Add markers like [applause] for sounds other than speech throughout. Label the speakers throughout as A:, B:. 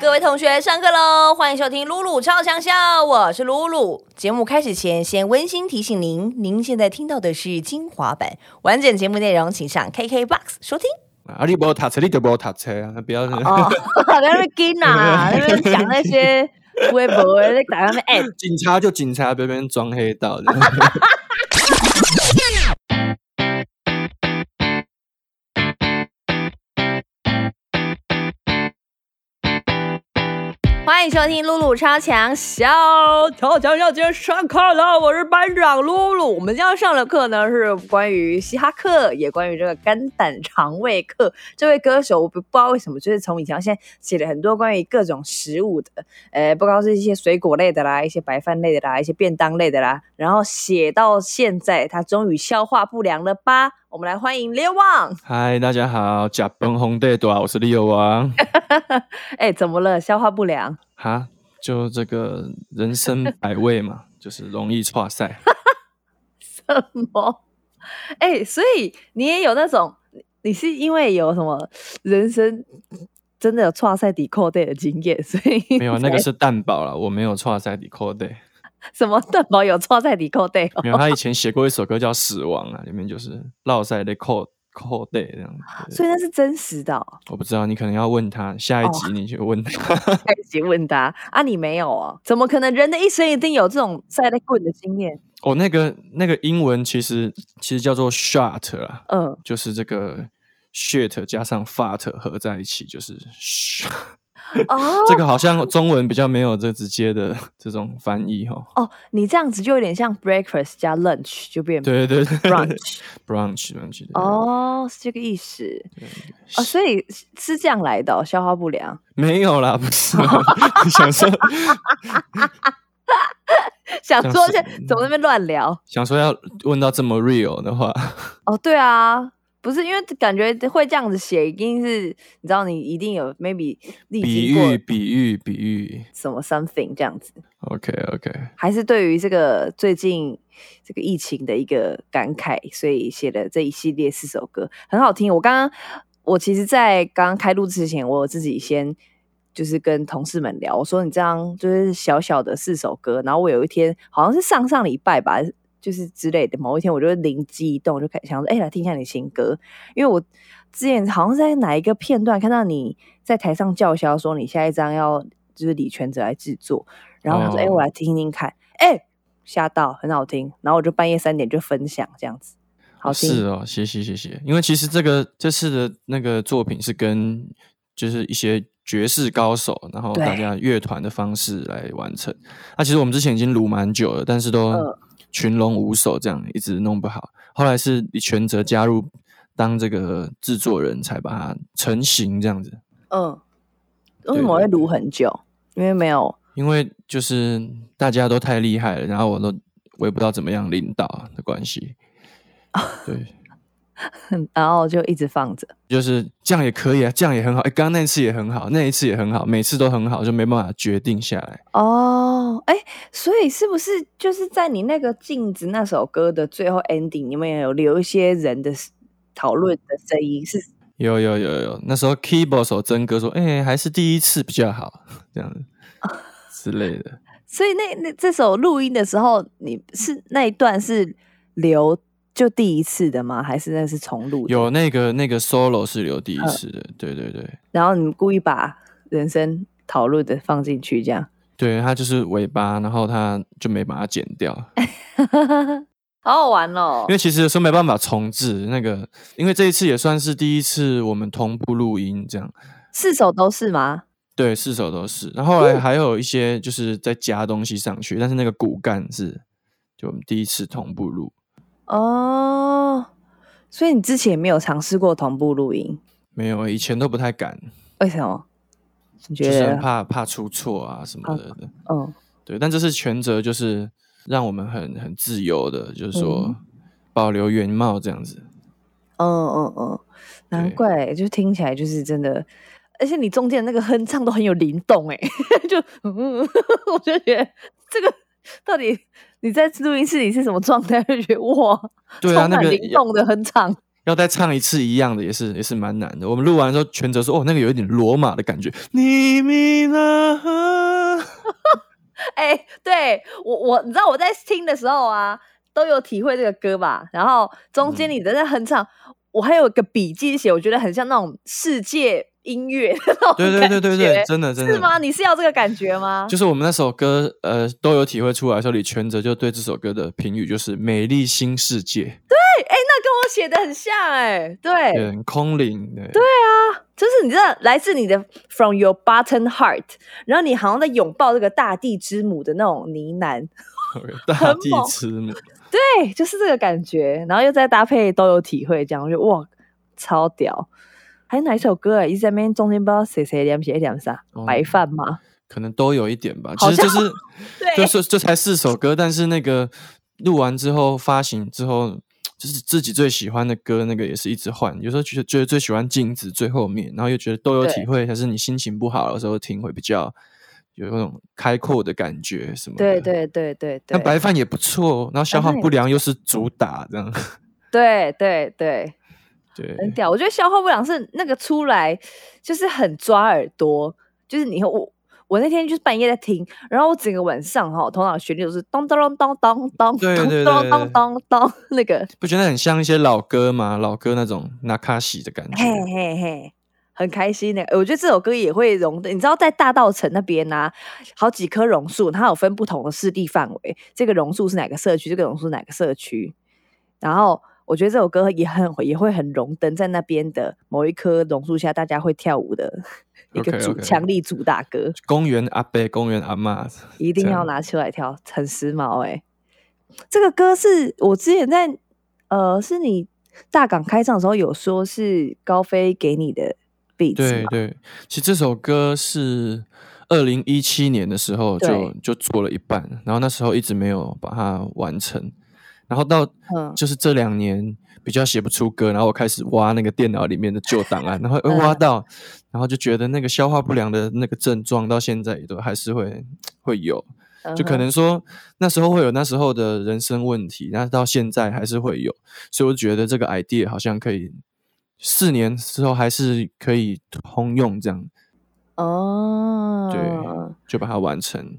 A: 各位同学，上课喽！欢迎收听露露超强笑，我是露露。节目开始前，先温馨提醒您，您现在听到的是精华版，完整节目内容请上 KKBOX 收听。
B: 啊，你无读册，你就无读册啊！不要，
A: 哦，在那边跟啊，在那边讲那些微博，在打他们 at
B: 警察就警察，别别人装黑道的。 [laughs]
A: 欢迎收听露露超强小超强要今天上课了，我是班长露露。我们今天要上的课呢是关于嘻哈课，也关于这个肝胆肠胃课。这位歌手我不不知道为什么，就是从以前到现在写了很多关于各种食物的，呃，不光是一些水果类的啦，一些白饭类的啦，一些便当类的啦，然后写到现在，他终于消化不良了吧？我们来欢迎猎旺。
B: 嗨，大家好，假崩红队多，我是 Leo 王。
A: 哎，怎么了？消化不良？
B: 哈，就这个人生百味嘛，就是容易岔赛。
A: 什 [laughs] 么？哎、所以你也有那种，你是因为有什么人生真的有创赛抵扣队的经验，所以
B: 没有，啊那个
A: 才
B: 是蛋堡啦，我没有岔赛 decode。
A: [laughs] 什么蛋堡有创赛抵扣队哦
B: 没有，他以前写过一首歌叫《死亡》啊，里面就是绕赛 decode decode 这样。对
A: 所以那是真实的、哦。 [laughs]
B: 我不知道，你可能要问他，下一集你去问他。 [laughs]
A: 开始问答啊，你没有哦？怎么可能？人的一生一定有这种赛类棍的经验？
B: 哦，那个那个英文其实其实叫做 shot 啦， [laughs]
A: 嗯，
B: 就是这个 shit 加上 fat 合在一起，就是
A: [laughs]
B: shit
A: 哦
B: 这个好像中文比较没有这直接的 [laughs] 这种翻译哈、哦。
A: 哦，你这样子就有点像 breakfast 加 lunch 就变
B: 对对对 [laughs]
A: brunch
B: brunch brunch 对
A: 哦，是这个意思
B: 对对
A: 哦，所以是是这样来的哦、消化不良。
B: 没有啦，不
A: [laughs]
B: 是啦， [laughs] 想说
A: 想
B: 像
A: 说
B: 是
A: 这怎么那边乱聊？
B: 想说要问到这么 real 的话，
A: 哦，对啊，不是因为感觉会这样子写，一定是你知道，你一定有 maybe 历
B: 比
A: 经过
B: 喻比喻比喻
A: 什么 something 这样子，
B: ，OK OK，
A: 还是对于这个最近这个疫情的一个感慨，所以写了这一系列四首歌，很好听。我刚刚我其实，在刚刚开录之前，我有自己先。就是跟同事们聊，我说你这样就是小小的四首歌，然后我有一天好像是上上礼拜吧，就是之类的。某一天我就灵机一动，我就开始想说，哎、来听一下你新歌，因为我之前好像是在哪一个片段看到你在台上叫嚣说你下一张要就是李全哲来制作，然后他说，哎、
B: 哦
A: 我来听听看，哎、吓到，很好听。然后我就半夜三点就分享这样子，好听。
B: 是哦，谢谢谢谢，因为其实这个这次的那个作品是跟就是一些爵士高手，然后
A: 对
B: 大家乐团的方式来完成。那、其实我们之前已经录蛮久了，但是都
A: 嗯
B: 群龙无首，这样一直弄不好。后来是李全哲加入当这个制作人，才把它成型这样子。
A: 嗯，为
B: 哦对
A: 什么
B: 对
A: 会
B: 对
A: 录很久？因为没有 [laughs]
B: 因为就是大家都太厉害了，然后我都我也不知道怎么样领导的
A: [laughs]
B: 关系。对，
A: 然后就一直放着。
B: 就是这样也可以啊，这样也很好。哎，刚刚那次也很好，那一次也很好，每次都很好，就没办法决定下来。
A: 哦，哎，所以是不是就是在你那个镜子那首歌的最后 ending，你们也有留一些人的 s- 讨论的声音是？
B: 有有有有，那时候 keyboard 手真哥说：“哎、还是第一次比较好，这样子之类的。
A: 所以那那这首录音的时候，你是那一段是留就第一次的吗？还是那是重录”的？
B: 有那个那个 solo 是留第一次的，对对对
A: 然后你故意把人生讨论的放进去，这样。
B: 对，他就是尾巴，然后他就没把它剪掉，
A: 好好玩哦
B: 因！为其实有时候没办法重置那个，因为这一次也算是第一次我们同步录音这样。
A: 四首都是吗？
B: 对，四首都是。然后后
A: 嗯
B: 来还有一些就是在加东西上去，但是那个骨干是就我们第一次同步录，
A: 哦，所以你之前也没有尝试过同步录音，
B: 没有，以前都不太敢，
A: 为什么？你
B: 就
A: 觉
B: 是很
A: 得？
B: 怕怕出错啊什么的。
A: 嗯，
B: 对，但这次全责就是让我们很很自由的，就是说保留原貌这样子。
A: 嗯嗯嗯，难
B: 对
A: 怪，就听起来就是真的，而且你中间那个哼唱都很有灵动，哎， [laughs] 就，嗯， [laughs] 我就觉得这个到底你在录音室里是什么状态？就觉得哇，
B: 对啊，
A: 充
B: 那
A: 满
B: 个
A: 灵动的哼唱， [laughs]
B: 要再唱一次一样的，也是也是蛮难的。我们录完之后，全哲说：“哦，那个有一点罗马的感觉。”你咪啦，
A: 哎、对我我，你知道我在听的时候啊，都有体会这个歌吧。然后中
B: 嗯
A: 间你在那哼唱，我还有一个笔记写，我觉得很像那种世界音乐那种
B: [laughs] 对对对对
A: 感
B: 对
A: 觉，
B: 真的真的
A: 是吗？你是要这个感觉吗？
B: 就是我们那首歌，呃，都有体会出来的时候，李全哲就对这首歌的评语就是“美丽新世界
A: 哎哎、那跟我写的很像哎、”，对，
B: 对，很空灵，对对
A: 就是你知道来自你的 from your bottom heart，然后你好像在拥抱这个大地之母的那种呢喃，
B: 大
A: 很
B: 地
A: 猛
B: 之母，
A: 对，就是这个感觉，然后又再搭配都有体会，这样我就哇，超屌！还有哪一首歌啊？一直在那边中间不知道谁谁两撇两啥，
B: 哦
A: 白饭吗？
B: 可能都有一点吧。
A: 好
B: 其实就是
A: 对
B: 就是这才四首歌，但是那个录完之后发行之后，就是自己最喜欢的歌，那个也是一直换。有时候觉得觉得最喜欢镜子最后面，然后又觉得都有
A: 对
B: 体会，还是你心情不好的时候听会比较有那种开阔的感觉什么的。
A: 对对对对
B: 那
A: 对，
B: 白饭也不错，哦然后消
A: 白
B: 化
A: 饭也
B: 不良又是主打这样， [laughs]
A: 对对嗯对，
B: 对，
A: 很屌。我觉得消化不良是那个出来就是很抓耳朵，就是你我我那天就是半夜在听，然后我整个晚上哈头脑的旋律都是咚咚咚咚咚咚
B: 对
A: 咚
B: 对对
A: 咚咚咚咚那个，
B: 不觉得很像一些老歌吗？老歌那种纳卡西的感觉
A: 嘿，嘿嘿。很开心的、我觉得这首歌也会融的。你知道，在大道城那边啊，好几棵榕树，它有分不同的势力范围。这个榕树是哪个社区？这个榕树是哪个社区？然后我觉得这首歌也很也会很荣登在那边的某一棵榕树下，大家会跳舞的 [laughs] 一个
B: OK，
A: 主
B: OK
A: 强力主打歌，
B: 公园阿伯、公园阿妈，
A: 一定
B: 这
A: 要
B: 样
A: 拿出来跳，很时髦哎、这个歌是我之前在呃，是你大港开唱的时候有说是高飞给你的 beat
B: 对对，其实这首歌是二零一七年的时候就
A: 对
B: 就做了一半，然后那时候一直没有把它完成，然后到
A: 嗯
B: 就是这两年比较写不出歌，然后我开始挖那个电脑里面的旧档案，
A: [laughs]
B: 然后会
A: 嗯
B: 挖到，然后就觉得那个消化不良的那个症状到现在也都还是会会有，就可
A: 嗯哼
B: 能说那时候会有那时候的人生问题，那到现在还是会有，所以我觉得这个 idea 好像可以四年之后还是可以通用，这样
A: 哦，
B: 对就把它完成。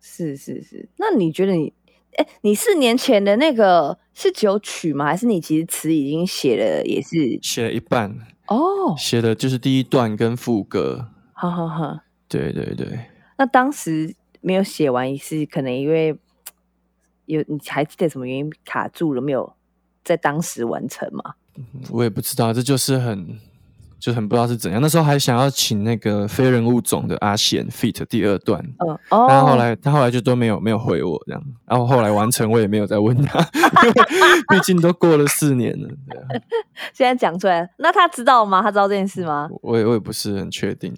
A: 是是是。那你觉得你，哎，你四年前的那个是只有曲吗？还是你其实词已经写了，也是
B: 写了一半，
A: 哦，
B: 写的就是第一段跟副歌，
A: 好好好。
B: 对对对，
A: 那当时没有写完，是可能因为有你还记得什么原因卡住了，没有在当时完成吗？
B: 我也不知道，这就是很。就很不知道是怎样，那时候还想要请那个非人物种的阿贤 feat 第二段，
A: 嗯，哦，
B: 但后来他后来就都没有没有回我这样，然后后来完成我也没有再问他， [laughs] 因为毕竟都过了四年了，对啊
A: 现在讲出来，那他知道吗？他知道这件事吗？
B: 我我也我也不是很确定，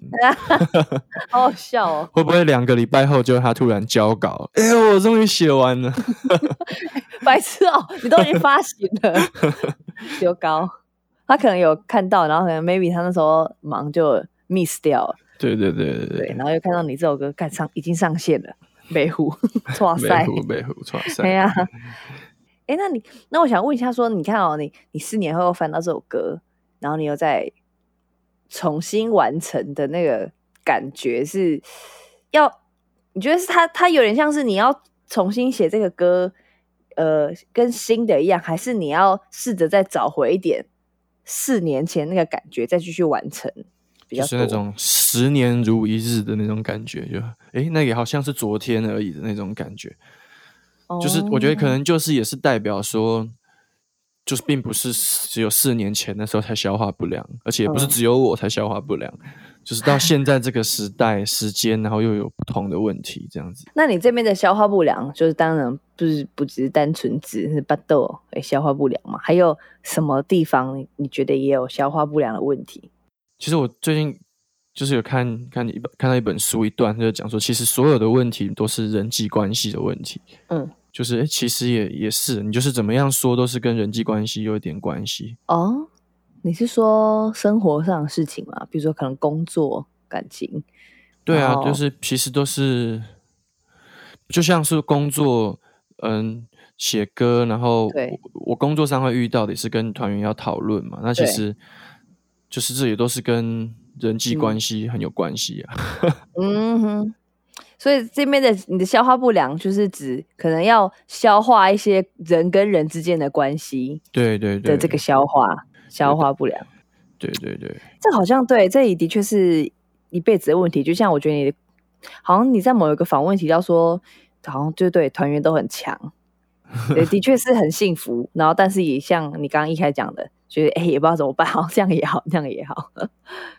A: [laughs] 好好笑哦！
B: 会不会两个礼拜后就他突然交稿，哎、我终于写完了，
A: [laughs] 白痴哦、你都已经发行 [laughs] 了，丢高，他可能有看到，然后可能 maybe 他那时候忙就 miss 掉了，
B: 对对对对
A: 对，
B: 对，
A: 然后又看到你这首歌干上已经上线了，北 [laughs] 湖，哇
B: 北
A: 塞，
B: 湖北湖创
A: 哎
B: 赛， [laughs]
A: 呀，哎，那你那我想问一下说你看哦，你你四年后又翻到这首歌，然后你又再重新完成的那个感觉是要，你觉得是它它有点像是你要重新写这个歌，呃，跟新的一样，还是你要试着再找回一点四年前那个感觉，再继续完成？比较
B: 就是那
A: 多
B: 种十年如一日的那种感觉，就哎、那也好像是昨天而已的那种感觉，就是我觉得可
A: 哦
B: 能就是也是代表说，就是并不是只有四年前那时候才消化不良，而且也不是
A: 嗯
B: 只有我才消化不良，就是到现在这个时代时间，然后又有不同的问题这样子。
A: 那你这边的消化不良，就是当然不是不只是单纯只是巴豆诶消化不良嘛，还有什么地方你你觉得也有消化不良的问题？
B: 其实我最近就是有看看一本看到一本书一段，他就讲说，其实所有的问题都是人际关系的问题。
A: 嗯，
B: 就是诶其实也也是，你就是怎么样说都是跟人际关系有一点关系。
A: 哦，你是说生活上的事情吗？比如说可能工作、感情，
B: 对啊，
A: 然后
B: 就是其实都是，就像是工作，嗯，写歌，然后
A: 对
B: 我我工作上会遇到的也是跟团员要讨论嘛。那其
A: 对
B: 实就是这也都是跟人际关系很有关系啊。
A: 嗯哼，所以这边的你的消化不良，就是指可能要消化一些人跟人之间的关系
B: 对对对，
A: 的这个消化，消化不良。
B: 对对对
A: 这好像对，这也的确是一辈子的问题。就像我觉得你的，好像你在某一个访问提到说，好像就对团员都很
B: [laughs]
A: 强，对，的确是很幸福。然后，但是也像你刚刚一开始讲的，觉得哎、也不知道怎么办，好 [laughs] 像这样也好，那样也好，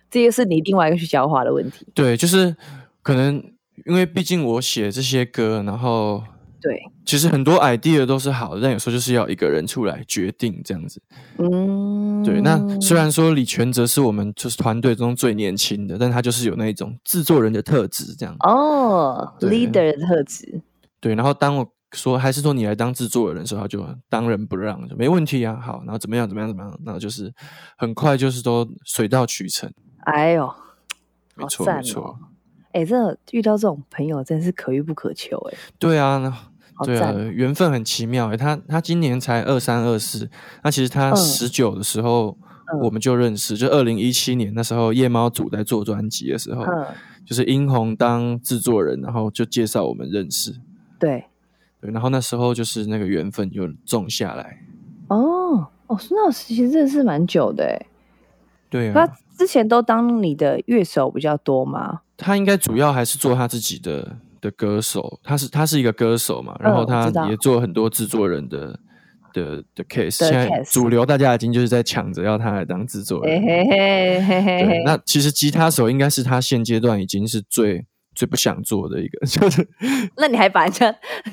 A: 这就是你另外一个去消化的问题。
B: 对，就是可能因为毕竟我写这些歌，然后
A: 对，
B: 其实很多 idea 都是好的，但有时候就是要一个人出来决定这样子。
A: 嗯，
B: 对，那虽然说李全哲是我们就是团队中最年轻的，但他就是有那一种制作人的特质，这样。
A: 哦
B: 对
A: ，leader 的特质，
B: 对，然后当我说还是说你来当制作人的时候，他就当仁不让，就没问题啊，好，然后怎么样怎么样怎么样，然后就是很快就是都水到渠成，
A: 哎呦，
B: 没
A: 好
B: 错、
A: 赞
B: 没错
A: 哦，哎、这遇到这种朋友真是可遇不可求、哎，
B: 对啊，那
A: 好
B: 对啊
A: 赞、，哦
B: 缘分很奇妙诶、他他今年才二三二四，那其实他
A: 嗯
B: 十九的时候。我们就认识，就二零一七年那时候，夜猫组在做专辑的时候，
A: 嗯，
B: 就是殷红当制作人，然后就介绍我们认识，
A: 对，
B: 对，然后那时候就是那个缘分就种下来，
A: 哦，哦，孙老师其实认识蛮久的、哎、
B: 对啊
A: 他，之前都当你的乐手比较多吗？
B: 他应该主要还是做他自己的的歌手，他是他是一个歌手嘛，然后
A: 我
B: 他
A: 嗯知道
B: 也做很多制作人的的的 case，
A: 的
B: 现在
A: case
B: 主流大家已经就是在抢着要他来当制作
A: 嘿
B: 人。
A: 嘿嘿嘿嘿
B: 啊对，
A: 嘿，
B: 那其实吉他手应该是他现阶段已经是最最不想做的一个， [laughs] 就是
A: 那你还把人家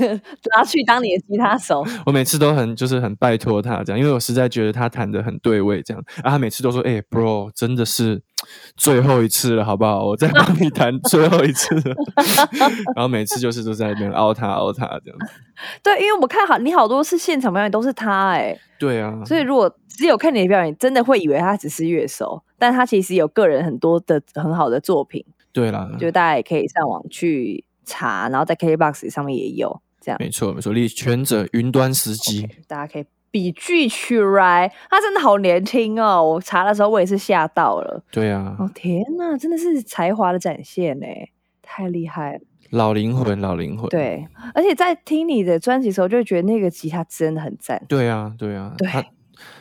A: [laughs] 拉去当你的吉他手？
B: [laughs] 我每次都很就是很拜托他这样，因为我实在觉得他弹的很对位这样，啊，他每次都说，哎、b r o 真的是最后一次了，好不好？我再帮你弹最后一次了， [laughs] 然后每次就是都在那边凹他凹他这样子，
A: 对，因为我看好你好多次现场表演都是他、哎，
B: 对啊，
A: 所以如果只有看你的表演，真的会以为他只是乐手，但他其实有个人很多的很好的作品，
B: 对啦，
A: 就大家也可以上网去查，然后在 KBox 上面也有这样。
B: 没错没错，李全者云端司机，
A: 大家可以比剧去 r 他真的好年轻哦！我查的时候我也是吓到了，
B: 对啊，
A: 哦天呐，真的是才华的展现呢，太厉害了。
B: 老灵魂老灵魂，
A: 对，而且在听你的专辑的时候，就会觉得那个吉他真的很赞。
B: 对啊对啊，
A: 对
B: 他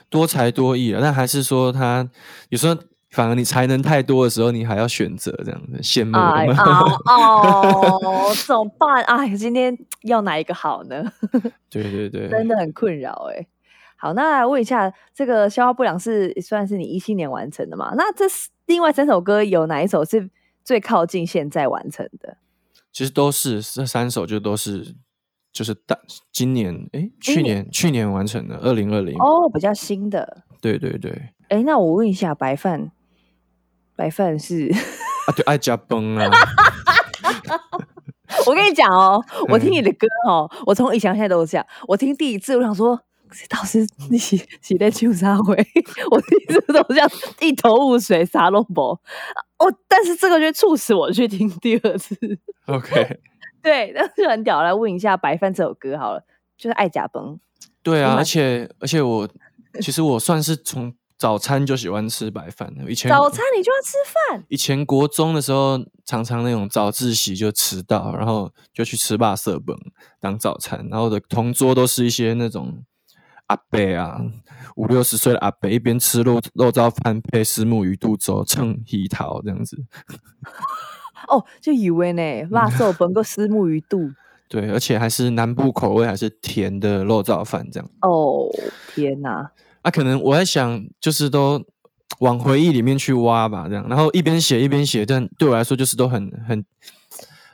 B: 多才多艺啊，但还是说他有时候。反而你才能太多的时候，你还要选择这样子，羡慕他 [laughs]
A: 哎
B: 们。
A: 哦哦，怎么办？哎，今天要哪一个好呢？
B: 对对对，
A: 真的很困扰哎、好，那来问一下，这个消化不良是算是你一七年完成的嘛？那这是另外三首歌有哪一首是最靠近现在完成的？
B: 其实都是这三首就都是就是大今年诶，去
A: 今
B: 年去年完成的，二零二零，
A: 哦，比较新的。
B: 对对对，啊
A: 哎，那我问一下，白饭，白饭是？ [laughs]
B: 对，爱加崩啊，
A: 我跟你讲哦，我听
B: 嗯
A: 你的歌哦，我从以前到现在都是这样。我听第一次，我想说。这到底是你洗洗在秋沙回， [laughs] 我第一次都这样一头雾水，啥都不。哦，但是这个就促使我去听第二次。 [laughs]
B: ，OK，
A: 对，那就很屌。来问一下《白饭》这首歌好了，就是爱甲崩。
B: 对啊，
A: 蛮
B: 而且而且我其实我算是从早餐就喜欢吃白饭的，以前
A: 早餐你就要吃饭，
B: 以前国中的时候，常常那种早自习就迟到，然后就去吃霸色本当早餐，然后我的同桌都是一些那种阿伯啊，五六十岁的阿伯，一边吃肉肉燥饭配石目鱼肚粥，蹭鱼桃这样子。
A: 哦，就以为呢，
B: 嗯
A: 辣瘦崩个丝木鱼肚。
B: 对，而且还是南部口味，还是甜的肉燥饭这样。
A: 哦，天哪！
B: 啊，可能我在想，就是都往回忆里面去挖吧，这样，然后一边写一边写，但对我来说就是都很很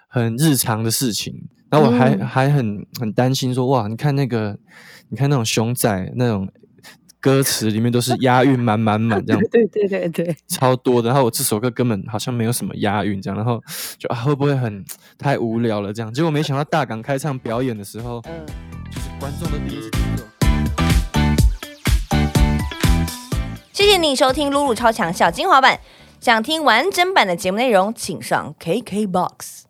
B: 很日常的事情。然后我还、
A: 嗯，
B: 还很很担心说，哇，你看那个，你看那种熊仔那种歌词里面都是押韵满满满这样
A: 对对对对，
B: 超多的。然后我这首歌根本好像没有什么押韵，这样，然后就啊会不会很太无聊了这样？结果没想到大港开唱表演的时候，
A: 嗯，
B: 就是观众都第一次听这首歌
C: 谢谢你收听《露露超强小精华版》，想听完整版的节目内容，请上 KKBOX。